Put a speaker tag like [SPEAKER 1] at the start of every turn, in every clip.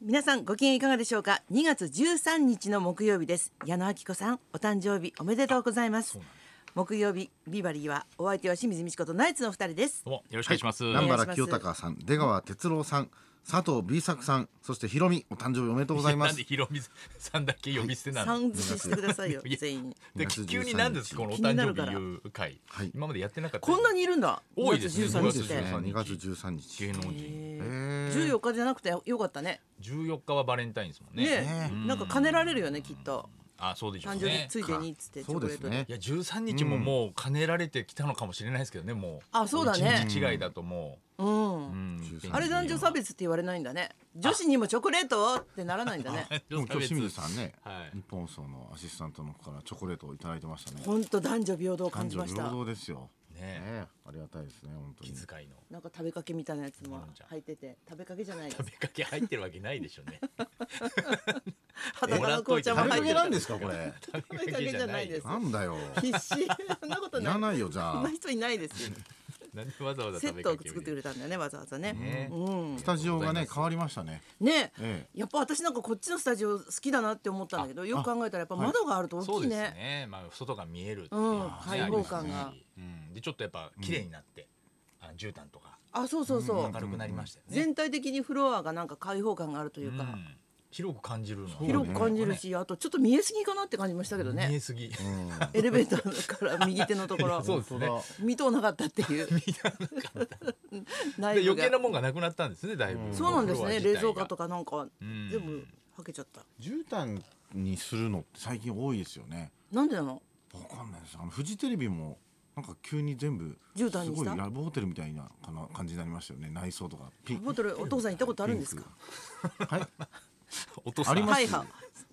[SPEAKER 1] 皆さんご機嫌いかがでしょうか2月13日の木曜日です矢野明子さんお誕生日おめでとうございます木曜日ビバリーはお相手は清水美智子とナイツの二人です
[SPEAKER 2] どうもよろしくお願いします。
[SPEAKER 1] い
[SPEAKER 2] あ
[SPEAKER 1] ナン
[SPEAKER 2] り
[SPEAKER 1] バー
[SPEAKER 2] がと
[SPEAKER 1] お願
[SPEAKER 3] 南原清隆さん出川哲朗さん佐藤 B 作さんそしてひろみお誕生日おめでとうございま
[SPEAKER 2] なん
[SPEAKER 3] す
[SPEAKER 2] でひろみさんだけ呼び捨てなの。
[SPEAKER 1] さん付けしてくださいよ
[SPEAKER 2] いや
[SPEAKER 1] 全員
[SPEAKER 2] で
[SPEAKER 3] 2月13
[SPEAKER 2] 急に何ですこのお誕生日言う会
[SPEAKER 3] はい。
[SPEAKER 2] 今までやってなかった。
[SPEAKER 1] こんなにいるんだ
[SPEAKER 2] 多いですね
[SPEAKER 1] 2
[SPEAKER 3] 2
[SPEAKER 1] 月
[SPEAKER 3] 月
[SPEAKER 1] 13日って
[SPEAKER 2] 13芸
[SPEAKER 3] 13日2月13日
[SPEAKER 2] 能
[SPEAKER 1] え
[SPEAKER 2] 人。
[SPEAKER 1] ー
[SPEAKER 3] えー
[SPEAKER 1] 14日じゃなくてよかったね
[SPEAKER 2] 14日はバレンタインですもんね。
[SPEAKER 1] ね
[SPEAKER 2] うん
[SPEAKER 1] なんか兼ねられるよねきっと
[SPEAKER 2] あそうでしょう
[SPEAKER 1] 誕生日
[SPEAKER 2] ね。
[SPEAKER 1] ついでにっつってチ
[SPEAKER 3] そ
[SPEAKER 1] ョコ
[SPEAKER 3] うで
[SPEAKER 1] レー
[SPEAKER 3] す
[SPEAKER 1] トで
[SPEAKER 3] ね
[SPEAKER 2] いや13日ももう兼ねられてきたのかもしれないですけどねもう。
[SPEAKER 1] あそうだね
[SPEAKER 2] 一日違いだとも
[SPEAKER 1] う
[SPEAKER 2] う。うんん
[SPEAKER 3] 13
[SPEAKER 1] あれ男女差別って言われないんだね女子にもチョコレートをってならないんだね
[SPEAKER 3] でも今日清水さんね、
[SPEAKER 2] はい
[SPEAKER 3] 日本放送のアシスタントの子からチョコレートをいただいてましたね
[SPEAKER 1] 本当男女平等を感
[SPEAKER 3] 男
[SPEAKER 1] じ
[SPEAKER 3] 女
[SPEAKER 1] ま
[SPEAKER 3] 平
[SPEAKER 1] した
[SPEAKER 3] 等ですよ
[SPEAKER 2] ね
[SPEAKER 3] ねえありがたいですね本当
[SPEAKER 2] 気
[SPEAKER 3] に
[SPEAKER 2] 遣いの
[SPEAKER 1] なんか食べかけみたいなやつも
[SPEAKER 2] うんじゃあ
[SPEAKER 1] 入ってて食べかけじゃないです
[SPEAKER 2] 食べかけ入ってるわけないでしょうね。
[SPEAKER 1] 裸の紅茶も
[SPEAKER 2] もら
[SPEAKER 1] 入って
[SPEAKER 2] っといて
[SPEAKER 1] る
[SPEAKER 3] なんですかこれ
[SPEAKER 2] 食
[SPEAKER 1] べかけじゃないです
[SPEAKER 3] なんだよ
[SPEAKER 1] 必死そんなこと
[SPEAKER 3] い
[SPEAKER 1] ない
[SPEAKER 3] らないよじ
[SPEAKER 1] そ
[SPEAKER 3] ゃ
[SPEAKER 1] んな
[SPEAKER 3] あ
[SPEAKER 1] 人いないですよ
[SPEAKER 2] なんでわざわざ
[SPEAKER 1] セ
[SPEAKER 2] 食
[SPEAKER 1] ッ
[SPEAKER 2] べ
[SPEAKER 1] トを
[SPEAKER 2] か
[SPEAKER 1] 作
[SPEAKER 2] け
[SPEAKER 1] ってくれたんだよねわざわざね
[SPEAKER 2] ね
[SPEAKER 1] うん
[SPEAKER 3] スタジオがね変わりましたね
[SPEAKER 1] ね
[SPEAKER 3] え
[SPEAKER 1] やっぱ私なんかこっちのスタジオ好きだなって思ったんだけどよく考えたらやっぱ窓があると
[SPEAKER 2] そ
[SPEAKER 1] 大
[SPEAKER 2] う
[SPEAKER 1] きい
[SPEAKER 2] です
[SPEAKER 1] ね
[SPEAKER 2] ね。まあ外が見えるっていううんのはね
[SPEAKER 1] 開放感が
[SPEAKER 2] ありますしうんでちょっとやっぱ綺麗になって、あ絨毯とか
[SPEAKER 1] あそうそうそう
[SPEAKER 2] 明るくなりましたよね。
[SPEAKER 1] 全体的にフロアがなんか開放感があるという
[SPEAKER 2] う
[SPEAKER 1] か
[SPEAKER 2] ん広く感じるのはね
[SPEAKER 1] 広く感じるしあとちょっと見えすぎかなって感じましたけど
[SPEAKER 2] 見
[SPEAKER 1] ね
[SPEAKER 2] えすぎ。
[SPEAKER 3] えうん
[SPEAKER 1] エレベーターから右手のところ
[SPEAKER 2] そうですね
[SPEAKER 3] 本
[SPEAKER 1] 見とうなかったっていう内
[SPEAKER 2] で
[SPEAKER 1] 部
[SPEAKER 2] 余
[SPEAKER 1] が
[SPEAKER 2] 計なもんがなくなったんですねだいぶ。
[SPEAKER 1] そうなんですね冷蔵庫と
[SPEAKER 2] か。
[SPEAKER 1] かなんか
[SPEAKER 2] うん
[SPEAKER 1] 全部はけちゃった
[SPEAKER 3] 絨毯にするのって最近多いですよね
[SPEAKER 1] なんでなの
[SPEAKER 3] わかんないですあのフジテレビもなんか急に全部
[SPEAKER 1] 絨毯にした
[SPEAKER 3] すごいラブホテルみたいなかな感じになりましたよね内装とかピン
[SPEAKER 1] ボトルお父さん行ったことあるんですか
[SPEAKER 3] ピン クはい
[SPEAKER 2] お父さん
[SPEAKER 3] ありま
[SPEAKER 1] は
[SPEAKER 3] す
[SPEAKER 1] いは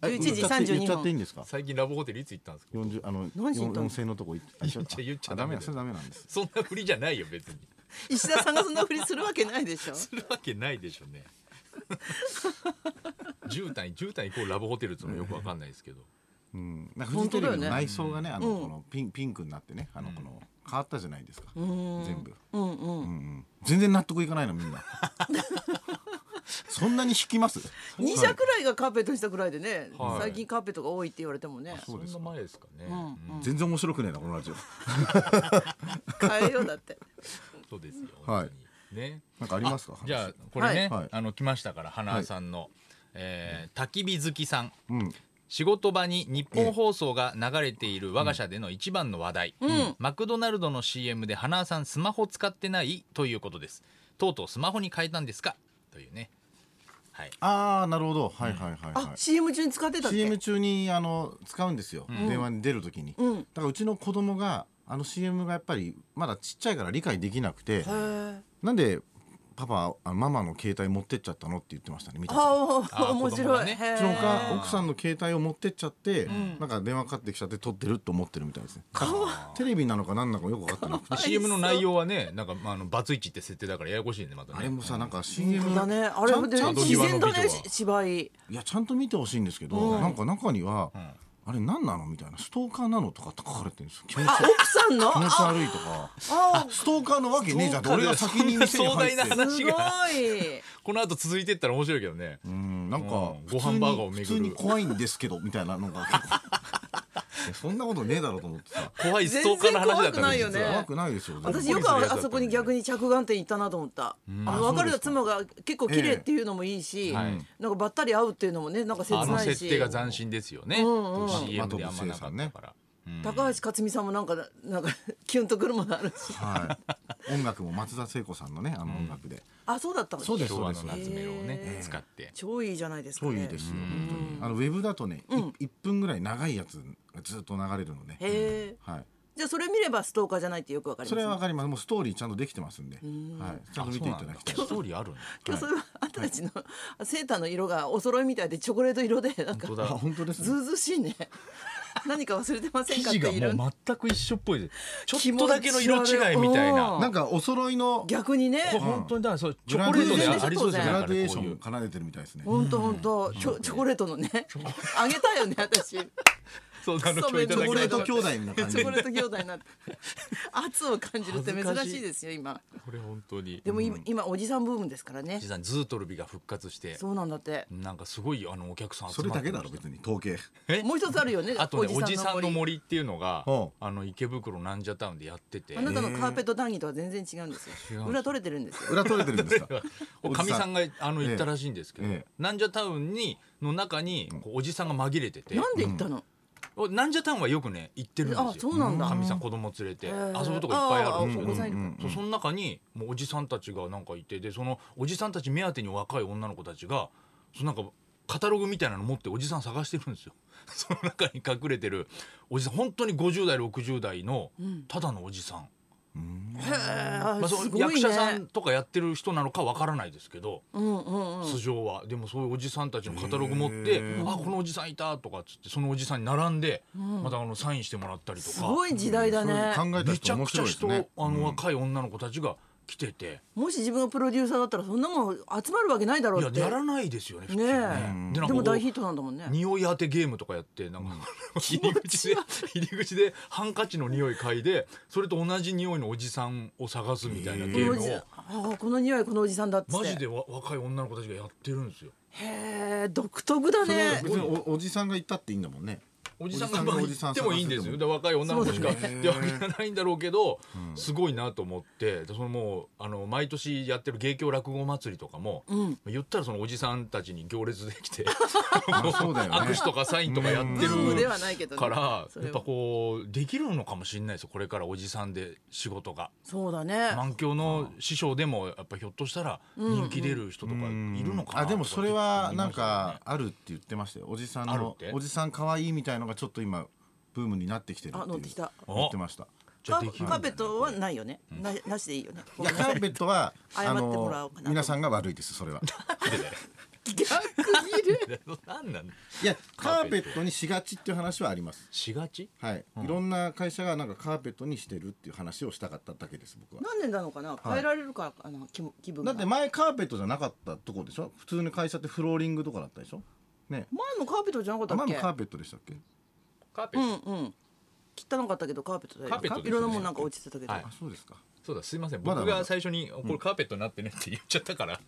[SPEAKER 3] え
[SPEAKER 1] 11時
[SPEAKER 3] 言っちゃって言っ
[SPEAKER 1] 32
[SPEAKER 3] ちゃってい
[SPEAKER 1] 分
[SPEAKER 3] いんですか
[SPEAKER 2] 最近ラブホテルいつ行ったんですか。
[SPEAKER 3] 四十あの
[SPEAKER 1] 何しに行ったの
[SPEAKER 3] 四千のとこ行っ
[SPEAKER 2] 言
[SPEAKER 3] あ
[SPEAKER 2] っちゃ言っちゃ
[SPEAKER 3] あ
[SPEAKER 2] ダ
[SPEAKER 3] ダ
[SPEAKER 2] メだよ
[SPEAKER 3] メだそれダメなんです
[SPEAKER 2] そんなふりじゃないよ別に。
[SPEAKER 1] 石田さんがそんなふりするわけないでしょ
[SPEAKER 2] するわけないでしょうね。絨毯絨毯イコールラブホテルっていうのはよくわかんないですけど。
[SPEAKER 3] うんなんかフジ
[SPEAKER 1] 本当
[SPEAKER 3] テレビ
[SPEAKER 1] だ
[SPEAKER 3] の
[SPEAKER 1] よね
[SPEAKER 3] 内装がねあのこのピンピンクになってねあのこの変わったじゃないですか全部
[SPEAKER 1] うんうん
[SPEAKER 3] うんうん全然納得いかないのみんな そんなに引きます
[SPEAKER 1] 2社くらいがカーペットにしたくらいでね
[SPEAKER 2] はい
[SPEAKER 1] 最近カーペットが多いって言われてもね
[SPEAKER 2] そんな前ですかね。うん
[SPEAKER 3] 全然面白くねえなこのラジオ
[SPEAKER 1] 変えようだって
[SPEAKER 2] そうですよ。
[SPEAKER 3] はい
[SPEAKER 2] 本当にね。
[SPEAKER 3] なんかありますか
[SPEAKER 2] じゃあこれね、
[SPEAKER 3] はいはい
[SPEAKER 2] あの来ましたから花さんの、えー焚き火好きさん
[SPEAKER 3] うん
[SPEAKER 2] 仕事場に日本放送が流れている我が社での一番の話題、マクドナルドの CM で花さんスマホ使ってないということですとうとうスマホに変えたんですかというねはい
[SPEAKER 3] ああなるほどはいはいはい
[SPEAKER 1] あ
[SPEAKER 3] はい
[SPEAKER 1] CM 中に使ってたっけ
[SPEAKER 3] CM 中にあの使うんですよ、電話に出るときに、
[SPEAKER 1] うん
[SPEAKER 3] だからうちの子供があの CM がやっぱりまだちっちゃいから理解できなく
[SPEAKER 1] へ
[SPEAKER 3] て
[SPEAKER 1] え
[SPEAKER 3] なんでパパあママの携帯持ってっちゃったのって言ってましたね見たう
[SPEAKER 1] ああ
[SPEAKER 2] あ
[SPEAKER 1] 面
[SPEAKER 2] 子供
[SPEAKER 1] 白
[SPEAKER 2] が
[SPEAKER 1] い
[SPEAKER 2] ね
[SPEAKER 1] へえ
[SPEAKER 3] ちのか奥さんの携帯を持ってっちゃって、なんか電話かかってきちゃって撮ってると思ってるみたいですねテレビなのか何なのかよく分かって なくて
[SPEAKER 2] で CM の内容はねなんか、まあ、あのバツイチって設定だからややこしいねまたね
[SPEAKER 3] あれもさなんか
[SPEAKER 1] そう
[SPEAKER 3] CM
[SPEAKER 1] だねあれ
[SPEAKER 3] ちゃん
[SPEAKER 1] で
[SPEAKER 3] ちゃんと
[SPEAKER 1] 自然だ
[SPEAKER 2] 庭
[SPEAKER 1] ね
[SPEAKER 2] の美女はい
[SPEAKER 1] 芝居
[SPEAKER 3] いやちゃんと見てほしいんですけど、なんか中には、あれ何なのみたいなストーカーなのとかって書かれてるんですよ気持ち
[SPEAKER 1] あ
[SPEAKER 3] 悪い
[SPEAKER 1] 奥さんの
[SPEAKER 3] 気持ち
[SPEAKER 1] あ
[SPEAKER 3] 悪いとか
[SPEAKER 1] あ
[SPEAKER 3] ストーカーのわけねえじゃんって俺が先に店に入って
[SPEAKER 2] そんな壮大な話
[SPEAKER 1] すごい
[SPEAKER 2] この後続いてったら面白いけどね
[SPEAKER 3] うんなんか
[SPEAKER 2] うんご
[SPEAKER 3] 普通
[SPEAKER 2] 飯
[SPEAKER 3] に
[SPEAKER 2] バーガ ーを巡る
[SPEAKER 3] 普通に怖いんですけどみたいなのが結構いやそんなことねえだろうと思ってさ
[SPEAKER 2] 怖いストーカーの話だった
[SPEAKER 1] 全然怖くないよね
[SPEAKER 2] 実は
[SPEAKER 3] 怖くないですよ全然
[SPEAKER 1] 私よくあそこに逆に着眼点行ったなと思った、あの
[SPEAKER 3] あ
[SPEAKER 1] 別れ
[SPEAKER 3] そ
[SPEAKER 1] た
[SPEAKER 3] うですか
[SPEAKER 1] 妻が結構綺麗っていうのもいいし、
[SPEAKER 2] えはい
[SPEAKER 1] なんかばったり会うっていうのもねなんか切
[SPEAKER 2] あの
[SPEAKER 1] ない
[SPEAKER 2] 設定
[SPEAKER 1] し
[SPEAKER 2] が斬新ですよね、
[SPEAKER 1] うんうん
[SPEAKER 2] CM であんまなかったから、
[SPEAKER 1] 高橋克実さんもなんかなんかキュンとくるものあるし
[SPEAKER 3] はい音楽も松田聖子さんのねあの音楽で
[SPEAKER 1] あそうだったの
[SPEAKER 3] そうです
[SPEAKER 2] 昭
[SPEAKER 3] そう
[SPEAKER 2] 和
[SPEAKER 3] で
[SPEAKER 2] の
[SPEAKER 3] す
[SPEAKER 2] 夏メロをね、
[SPEAKER 1] へー
[SPEAKER 2] 使って
[SPEAKER 1] 超いいじゃないですか、
[SPEAKER 3] 超
[SPEAKER 1] ね、
[SPEAKER 3] いいですよ本当にあのウェブだとね1分ぐらい長いやつがずっと流れるのね
[SPEAKER 1] へえ
[SPEAKER 3] はい
[SPEAKER 1] じゃあそれ見ればストーカーじゃないってよくわかります
[SPEAKER 3] そ
[SPEAKER 1] ね
[SPEAKER 3] れはわかりますもうストーリーちゃんとできてますんではいちゃんと見ていただきたい
[SPEAKER 2] ストーリーあるんだ
[SPEAKER 1] 今日それはあんたたちのセーターの色がお揃いみたいでチョコレート色でなんか
[SPEAKER 2] 本当
[SPEAKER 3] あ
[SPEAKER 2] だ
[SPEAKER 3] 本当です
[SPEAKER 1] ず
[SPEAKER 3] ね
[SPEAKER 1] うずうしい ね何か忘れてません
[SPEAKER 2] 生
[SPEAKER 1] かって
[SPEAKER 2] 地
[SPEAKER 1] 色
[SPEAKER 2] がもう全く一緒っぽいですちょっとだけの色違いみたい
[SPEAKER 1] 気持ち悪い
[SPEAKER 2] な
[SPEAKER 3] なんかお揃いの
[SPEAKER 1] 逆にね
[SPEAKER 2] これ本当にだからそうチョコレートでありそうですよね
[SPEAKER 3] グ
[SPEAKER 2] なん
[SPEAKER 3] ラ
[SPEAKER 2] かね
[SPEAKER 3] デーシ
[SPEAKER 2] こうい
[SPEAKER 3] ョン
[SPEAKER 2] う
[SPEAKER 3] 奏でてるみたいですね
[SPEAKER 1] 本当本当チョチョコレートのねあげたよね私
[SPEAKER 2] 相談の今日いた
[SPEAKER 3] チ
[SPEAKER 2] だき
[SPEAKER 3] ョ
[SPEAKER 2] ま
[SPEAKER 3] コ
[SPEAKER 2] し
[SPEAKER 3] レ
[SPEAKER 2] た
[SPEAKER 3] ート兄弟な感
[SPEAKER 1] チョ
[SPEAKER 3] じ
[SPEAKER 1] コレート兄弟になって圧を感じるって珍しいですよ今
[SPEAKER 2] これ本当に
[SPEAKER 1] でも今,、今おじさんブームですからね
[SPEAKER 2] 実はズートルビが復活して
[SPEAKER 1] そうなんだって
[SPEAKER 2] なんかすごいあのお客さん集
[SPEAKER 3] そ
[SPEAKER 2] ま
[SPEAKER 3] れ
[SPEAKER 2] って
[SPEAKER 3] だ
[SPEAKER 2] ま
[SPEAKER 3] けだ
[SPEAKER 2] し
[SPEAKER 3] ろ
[SPEAKER 2] た
[SPEAKER 3] 別に統計
[SPEAKER 2] え
[SPEAKER 1] もう一つあるよね
[SPEAKER 2] あとねおじさんの
[SPEAKER 1] 森
[SPEAKER 2] 森っていうのが
[SPEAKER 3] うん
[SPEAKER 2] あの池袋なんじゃタウンでやってて
[SPEAKER 1] あなたのカーペット談義とは全然違うんです
[SPEAKER 2] 違う
[SPEAKER 1] よ
[SPEAKER 2] んです
[SPEAKER 1] 裏取れてるんですよ
[SPEAKER 3] 裏取れてるんですか
[SPEAKER 2] おかみさんがあの
[SPEAKER 3] ええ
[SPEAKER 2] 行ったらしいんですけど、
[SPEAKER 3] ええ
[SPEAKER 2] なんじゃタウンにの中にこうおじさんが紛れてて、
[SPEAKER 1] なんで行ったの、
[SPEAKER 2] おなんじゃタウンはよくね行ってるんですよ
[SPEAKER 1] あそうなんだ
[SPEAKER 2] かみさん子供連れて
[SPEAKER 1] へ
[SPEAKER 2] 遊
[SPEAKER 1] ー
[SPEAKER 2] ぶとこいっぱいあるんです
[SPEAKER 1] お
[SPEAKER 2] け
[SPEAKER 1] 子
[SPEAKER 2] ど
[SPEAKER 1] さんいる
[SPEAKER 3] う
[SPEAKER 1] か
[SPEAKER 3] ん
[SPEAKER 2] そうその中にもうおじさんたちがなんかいてでそのおじさんたち目当てに若い女の子たちがそのなんかカタログみたいなの持っておじさん探してるんですよ その中に隠れてるおじさん本当に50代60代のただのおじさん、
[SPEAKER 1] ら、
[SPEAKER 2] まあ、そ
[SPEAKER 1] す
[SPEAKER 2] の
[SPEAKER 1] ごいね
[SPEAKER 2] 役者さんとかやってる人なのかわからないですけど、
[SPEAKER 1] うんうんうん
[SPEAKER 2] 素性はでもそういうおじさんたちのカタログ持って
[SPEAKER 3] へ
[SPEAKER 2] 「あこのおじさんいた」とかっつってそのおじさんに並んで、またあのサインしてもらったりと
[SPEAKER 1] す
[SPEAKER 2] か
[SPEAKER 1] ごい時代だ
[SPEAKER 3] そ
[SPEAKER 1] ね
[SPEAKER 3] れ考
[SPEAKER 2] め
[SPEAKER 3] えた
[SPEAKER 2] ち
[SPEAKER 3] 人
[SPEAKER 2] ゃ
[SPEAKER 3] 面
[SPEAKER 2] くち
[SPEAKER 3] 白
[SPEAKER 2] ゃ
[SPEAKER 3] いです
[SPEAKER 2] 人、
[SPEAKER 3] ね
[SPEAKER 2] あの若い女の子たちが来てて、
[SPEAKER 1] もし自分がプロデューサーだったらそんなもん集まるわけないだろ
[SPEAKER 2] いうや
[SPEAKER 1] って
[SPEAKER 2] やらないですよね普通
[SPEAKER 1] ね
[SPEAKER 2] ね
[SPEAKER 1] え
[SPEAKER 2] でなん
[SPEAKER 1] で
[SPEAKER 2] かこ
[SPEAKER 1] も
[SPEAKER 2] う
[SPEAKER 1] 大ヒットなんだもんね
[SPEAKER 2] 匂い当てゲームとかやってなんか 入り口で入り口でハンカチの匂い嗅いでそれと同じ匂いのおじさんを探すみたいな
[SPEAKER 1] こ
[SPEAKER 2] ゲ
[SPEAKER 1] の
[SPEAKER 2] ー
[SPEAKER 1] おじ
[SPEAKER 2] ム
[SPEAKER 1] あ
[SPEAKER 2] を
[SPEAKER 1] あこの匂いこのおじさんだっつって
[SPEAKER 2] マジでわ若い女の子たちがやってるんですよ
[SPEAKER 1] へえ独特だね
[SPEAKER 3] 別におおじさんが行ったっていいんだもんね
[SPEAKER 2] おじさんがまあ
[SPEAKER 3] お
[SPEAKER 2] 行
[SPEAKER 3] じさ
[SPEAKER 2] っ
[SPEAKER 3] んが
[SPEAKER 2] て
[SPEAKER 3] お
[SPEAKER 2] も
[SPEAKER 3] じさん
[SPEAKER 2] いいんですよ
[SPEAKER 3] 探して
[SPEAKER 2] で若い女の子しか
[SPEAKER 3] そうだね
[SPEAKER 2] ってわけじゃないんだろうけど、すごいなと思ってでそのもうあの毎年やってる芸協落語祭りとかも、
[SPEAKER 1] ん
[SPEAKER 2] 言ったらそのおじさんたちに行列できて
[SPEAKER 3] あそうだよね
[SPEAKER 2] 握手とかサインとかやって
[SPEAKER 1] ブームで
[SPEAKER 2] る
[SPEAKER 1] はないけどね
[SPEAKER 2] から、
[SPEAKER 1] そ
[SPEAKER 2] や
[SPEAKER 1] れ
[SPEAKER 2] っ
[SPEAKER 1] は
[SPEAKER 2] ぱこうできるのかもしれないですよこれからおじさんで仕事が。
[SPEAKER 1] そうだね
[SPEAKER 2] 満響の師匠でもやっぱひょっとしたら人気出る人とかいるのかな
[SPEAKER 3] あでもそれはなん
[SPEAKER 2] とかって
[SPEAKER 3] かあるって言ってましたよおじさん
[SPEAKER 2] あるっ
[SPEAKER 3] の
[SPEAKER 2] て
[SPEAKER 3] おじさん可愛いみたいのがちょっと今ブームになってきてるっていう
[SPEAKER 1] あ乗ってきた
[SPEAKER 3] 言ってました
[SPEAKER 2] 思
[SPEAKER 1] カー
[SPEAKER 2] いますよねじゃあできるん
[SPEAKER 1] カ
[SPEAKER 2] だ
[SPEAKER 1] ーペットはないよねななしでいいよね
[SPEAKER 3] いやカ ーペットは
[SPEAKER 1] 謝ってもらおうかなと
[SPEAKER 3] あの皆さんが悪いですそれ は
[SPEAKER 1] 逆ギル
[SPEAKER 2] 何なんだ
[SPEAKER 3] いや
[SPEAKER 2] カー
[SPEAKER 3] カー
[SPEAKER 2] ペ
[SPEAKER 3] ペ
[SPEAKER 2] ット
[SPEAKER 3] ットにしがちっていう話はあります
[SPEAKER 2] しがち
[SPEAKER 3] はい、いろんな会社がなんかカーペットにしてるっていう話をしたかっただけです僕は
[SPEAKER 1] 何年なのかな変えられるからかな気も気分
[SPEAKER 3] だ
[SPEAKER 1] が
[SPEAKER 3] って
[SPEAKER 1] 前
[SPEAKER 3] 前カーペットじゃなかったとこでしょ普通の会社ってフローリングとかだったでしょね
[SPEAKER 1] もカーペットじゃなかった
[SPEAKER 3] 前
[SPEAKER 1] っ
[SPEAKER 3] も
[SPEAKER 1] け
[SPEAKER 3] カーペットでしたっけ
[SPEAKER 2] カーペット
[SPEAKER 1] うんうん汚かったけどカーペットだよ
[SPEAKER 2] カーペットです
[SPEAKER 1] い
[SPEAKER 2] よね
[SPEAKER 1] ろんなもんなんか落ちてたけど
[SPEAKER 2] はい
[SPEAKER 3] あそうですか
[SPEAKER 2] そうだすいません
[SPEAKER 3] まだ
[SPEAKER 2] 僕が
[SPEAKER 3] まだ
[SPEAKER 2] 最初に「これカーペットになってね」って言っちゃったからあ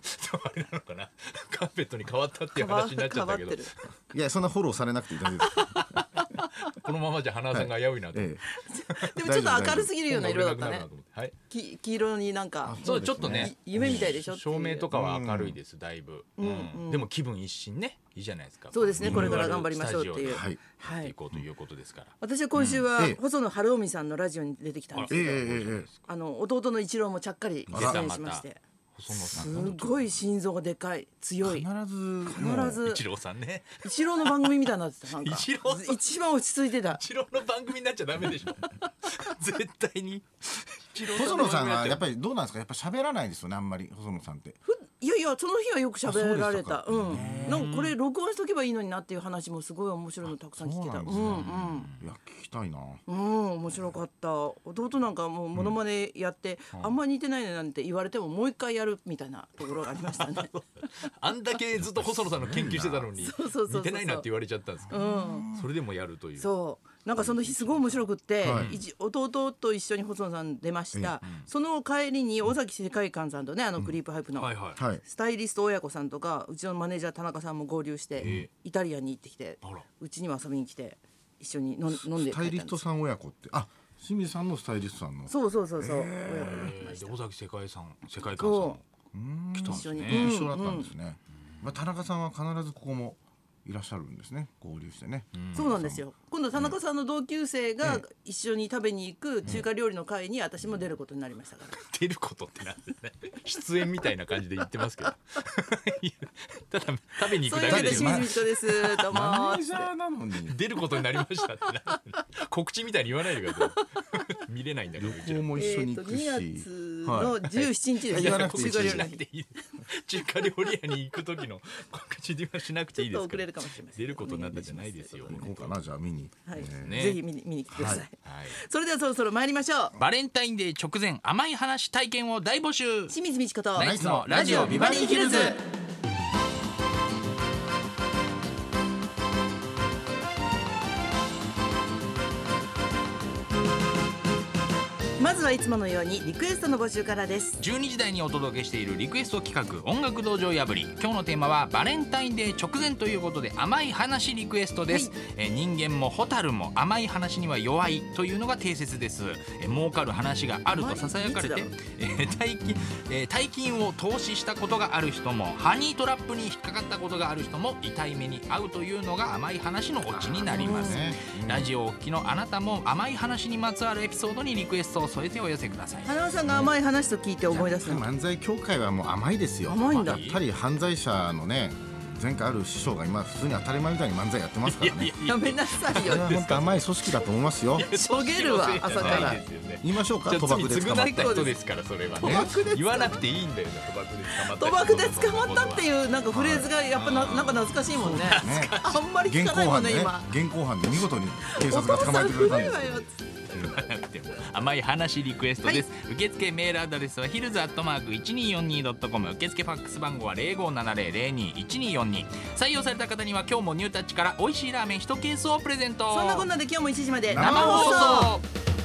[SPEAKER 2] れなのかなカーペットに変わったっていう
[SPEAKER 1] かば
[SPEAKER 2] 話になっちゃ
[SPEAKER 1] か
[SPEAKER 2] ったけ
[SPEAKER 1] ば
[SPEAKER 2] ど
[SPEAKER 1] ってる
[SPEAKER 3] いやそんなフォローされなくていい大丈夫です
[SPEAKER 2] このままじゃ花さんが危ういなと思って、
[SPEAKER 3] ええ
[SPEAKER 1] でもちょっと明るすぎるような
[SPEAKER 2] 今度
[SPEAKER 1] 色だ
[SPEAKER 2] 俺
[SPEAKER 1] った
[SPEAKER 2] がな
[SPEAKER 1] ね
[SPEAKER 2] くなるなと思ってはい
[SPEAKER 1] き黄色になんか
[SPEAKER 2] そうちょっとね
[SPEAKER 1] い夢みたいでしょっていう
[SPEAKER 2] 照明とかは明るいですだいぶ、うんでも気分一新ねいいじゃないですか
[SPEAKER 1] そうですね
[SPEAKER 2] ん
[SPEAKER 1] これから頑張りましょうっていう
[SPEAKER 2] スタジオで
[SPEAKER 1] はい
[SPEAKER 2] やっていこうということですから、
[SPEAKER 1] 私は今週は
[SPEAKER 3] うんええ
[SPEAKER 1] 細野晴臣さんのラジオに出てきたんです
[SPEAKER 3] え
[SPEAKER 1] け
[SPEAKER 3] え
[SPEAKER 1] ど、
[SPEAKER 3] ええええ
[SPEAKER 1] あの弟の一郎もちゃっかり
[SPEAKER 2] 出
[SPEAKER 1] 出
[SPEAKER 2] た
[SPEAKER 1] 演
[SPEAKER 2] ま
[SPEAKER 1] しましたて
[SPEAKER 2] 細野さ
[SPEAKER 1] す
[SPEAKER 2] ん
[SPEAKER 1] ごい心臓がでかい強い
[SPEAKER 3] 必ず
[SPEAKER 1] 必ず
[SPEAKER 2] 一郎さんね
[SPEAKER 1] 一郎の番組みたいになってたなんか
[SPEAKER 2] 一郎さん
[SPEAKER 1] 一番落ち着いてた
[SPEAKER 2] 一郎の番組になっちゃダメでし ょ絶対に一郎
[SPEAKER 3] 細野さんはやっ
[SPEAKER 2] り
[SPEAKER 3] ぱりどうなんですかやっぱ喋らないですよねあんまり細野さんって
[SPEAKER 1] ふいやいやその日はよく喋られた
[SPEAKER 3] あ
[SPEAKER 1] う
[SPEAKER 3] そ
[SPEAKER 1] んなんかこれ録音しとけばいいのになっていう話もすごい面白いのたくさん聞けた
[SPEAKER 3] あ
[SPEAKER 1] う
[SPEAKER 3] そ
[SPEAKER 1] ん
[SPEAKER 3] う
[SPEAKER 1] う
[SPEAKER 3] なんですね
[SPEAKER 1] ん
[SPEAKER 3] いや聞きたいな
[SPEAKER 1] うん面白かった弟なんかもうモノマネやって、あんま似てないねなんて言われてももう一回やるみたいなところがありました ね
[SPEAKER 2] あんだけずっと細野さんの研究してたのに
[SPEAKER 1] そうそうそうそう
[SPEAKER 2] 似てないなって言われちゃったんですけ
[SPEAKER 1] う
[SPEAKER 2] ど、
[SPEAKER 1] ん
[SPEAKER 2] それでもやるという。
[SPEAKER 1] そうなんかその日すごい面白くって、
[SPEAKER 3] はい
[SPEAKER 1] 一弟と一緒に細野さん出ました、その帰りに尾崎世界観さんとねあのクリープハイプの、
[SPEAKER 2] はいはい。
[SPEAKER 3] はい
[SPEAKER 1] スタイリスト親子さんとかうちのマネージャー田中さんも合流して、
[SPEAKER 2] え
[SPEAKER 1] イタリアンに行ってきて
[SPEAKER 2] あら
[SPEAKER 1] うちにも遊びに来て一緒にの飲んで
[SPEAKER 3] スタイリスト
[SPEAKER 1] ん
[SPEAKER 3] さん親子ってあ清水さんのスタイリストさんの
[SPEAKER 1] そうそうそうそう、親子で
[SPEAKER 2] えーで尾崎世界さん世界観さんも来たんです
[SPEAKER 1] 一緒に
[SPEAKER 2] ね。
[SPEAKER 3] 一緒だったんですね、まあ、田中さんは必ずここもいらっしゃるんですね合流してね、
[SPEAKER 1] そうなんですよ今度田中さんの同級生が一緒に食べに行く中華料理の会に私も出ることになりましたから、
[SPEAKER 2] 出ることってなんでね。出演みたいな感じで言ってますけど。 いやただ食べに
[SPEAKER 1] そ
[SPEAKER 2] 行
[SPEAKER 1] う
[SPEAKER 2] く
[SPEAKER 1] いう
[SPEAKER 2] だ
[SPEAKER 1] わけ
[SPEAKER 2] け
[SPEAKER 1] で清
[SPEAKER 2] です
[SPEAKER 1] 水
[SPEAKER 2] よ。
[SPEAKER 1] ミチコですどうも
[SPEAKER 3] マネー
[SPEAKER 1] ー
[SPEAKER 3] ジャーなのに
[SPEAKER 2] 出ることになりましたってなんで告知みたいに言わないでください。 見れないんだからうち
[SPEAKER 3] 旅行
[SPEAKER 2] ら。
[SPEAKER 3] も一緒に行くし、
[SPEAKER 1] えーと2月の17日です
[SPEAKER 3] い
[SPEAKER 1] ね、
[SPEAKER 3] や言わなくてい
[SPEAKER 1] 中華
[SPEAKER 3] い
[SPEAKER 1] 料理の
[SPEAKER 2] しなく
[SPEAKER 1] 日
[SPEAKER 2] ていいです。中華料理屋に行く時の告知はしなくていい
[SPEAKER 1] ち
[SPEAKER 2] で
[SPEAKER 1] ょっと遅
[SPEAKER 2] すか
[SPEAKER 1] れ
[SPEAKER 2] ら
[SPEAKER 1] る。かもしれません
[SPEAKER 2] 出ることになったじゃないですよ。
[SPEAKER 3] 行こうかなじゃあ見に、
[SPEAKER 1] はい、
[SPEAKER 2] ね
[SPEAKER 1] ぜひ見に見に来てください、
[SPEAKER 2] はい。
[SPEAKER 1] それではそろそろ参りましょう
[SPEAKER 2] バレンタインデー直前甘い話体験を大募集
[SPEAKER 1] 清水ミチコと
[SPEAKER 2] ナイツのラジオビバリーヒルズ
[SPEAKER 1] まずはいつものようにリクエストの募集からです
[SPEAKER 2] 12時台にお届けしているリクエスト企画音楽道場破り今日のテーマはバレンタインデー直前ということで甘い話リクエストです、えー人間も蛍も甘い話には弱いというのが定説です、えー儲かる話があるとささやかれ
[SPEAKER 1] 甘い
[SPEAKER 2] て
[SPEAKER 1] いつだ、
[SPEAKER 2] えー大金えー大金を投資したことがある人もハニートラップに引っかかったことがある人も痛い目に遭うというのが甘い話のオチになります、
[SPEAKER 3] ね
[SPEAKER 2] ラジオをお聞きのあなたも甘い話にまつわるエピソードにリクエストを添えてお寄せください
[SPEAKER 1] 花輪さんが甘い話と聞いて思い出すの
[SPEAKER 3] 犯罪協会はもう甘いですよ
[SPEAKER 1] 甘いんだ
[SPEAKER 3] やっぱり犯罪者のね前回ある師匠が今普通に当たり前みたいに漫才やってますからね
[SPEAKER 1] やめなさい
[SPEAKER 3] これ
[SPEAKER 1] よ
[SPEAKER 3] は本当甘い組織だと思いますよ
[SPEAKER 1] しょげる わ朝から
[SPEAKER 3] 言いましょうか賭博で捕まっ
[SPEAKER 2] いた人ですからそれはね言わなくていいんだよね賭博で
[SPEAKER 1] 賭
[SPEAKER 2] 捕まった
[SPEAKER 1] 博で捕まったっていうなんかフレーズがやっぱななんか懐かしいもんね
[SPEAKER 3] ね
[SPEAKER 1] あんまり聞
[SPEAKER 3] 現
[SPEAKER 1] かない
[SPEAKER 3] 行
[SPEAKER 1] もん
[SPEAKER 3] 犯で
[SPEAKER 1] ね
[SPEAKER 3] ね
[SPEAKER 1] 今
[SPEAKER 3] 現行犯で見事に警
[SPEAKER 1] お
[SPEAKER 3] 察が
[SPEAKER 1] 父
[SPEAKER 3] 捕ま
[SPEAKER 1] さ
[SPEAKER 3] え
[SPEAKER 1] ん
[SPEAKER 3] てくれたん
[SPEAKER 1] 古い
[SPEAKER 3] です
[SPEAKER 1] わよ
[SPEAKER 2] 甘い話リクエストです、受付メールアドレスはヒルズアットマーク 1242.com 受付ファックス番号は0570021242採用された方には今日もニュータッチから美味しいラーメン1ケースをプレゼント
[SPEAKER 1] そんなこんなで今日も1時まで
[SPEAKER 3] 生
[SPEAKER 2] 生放送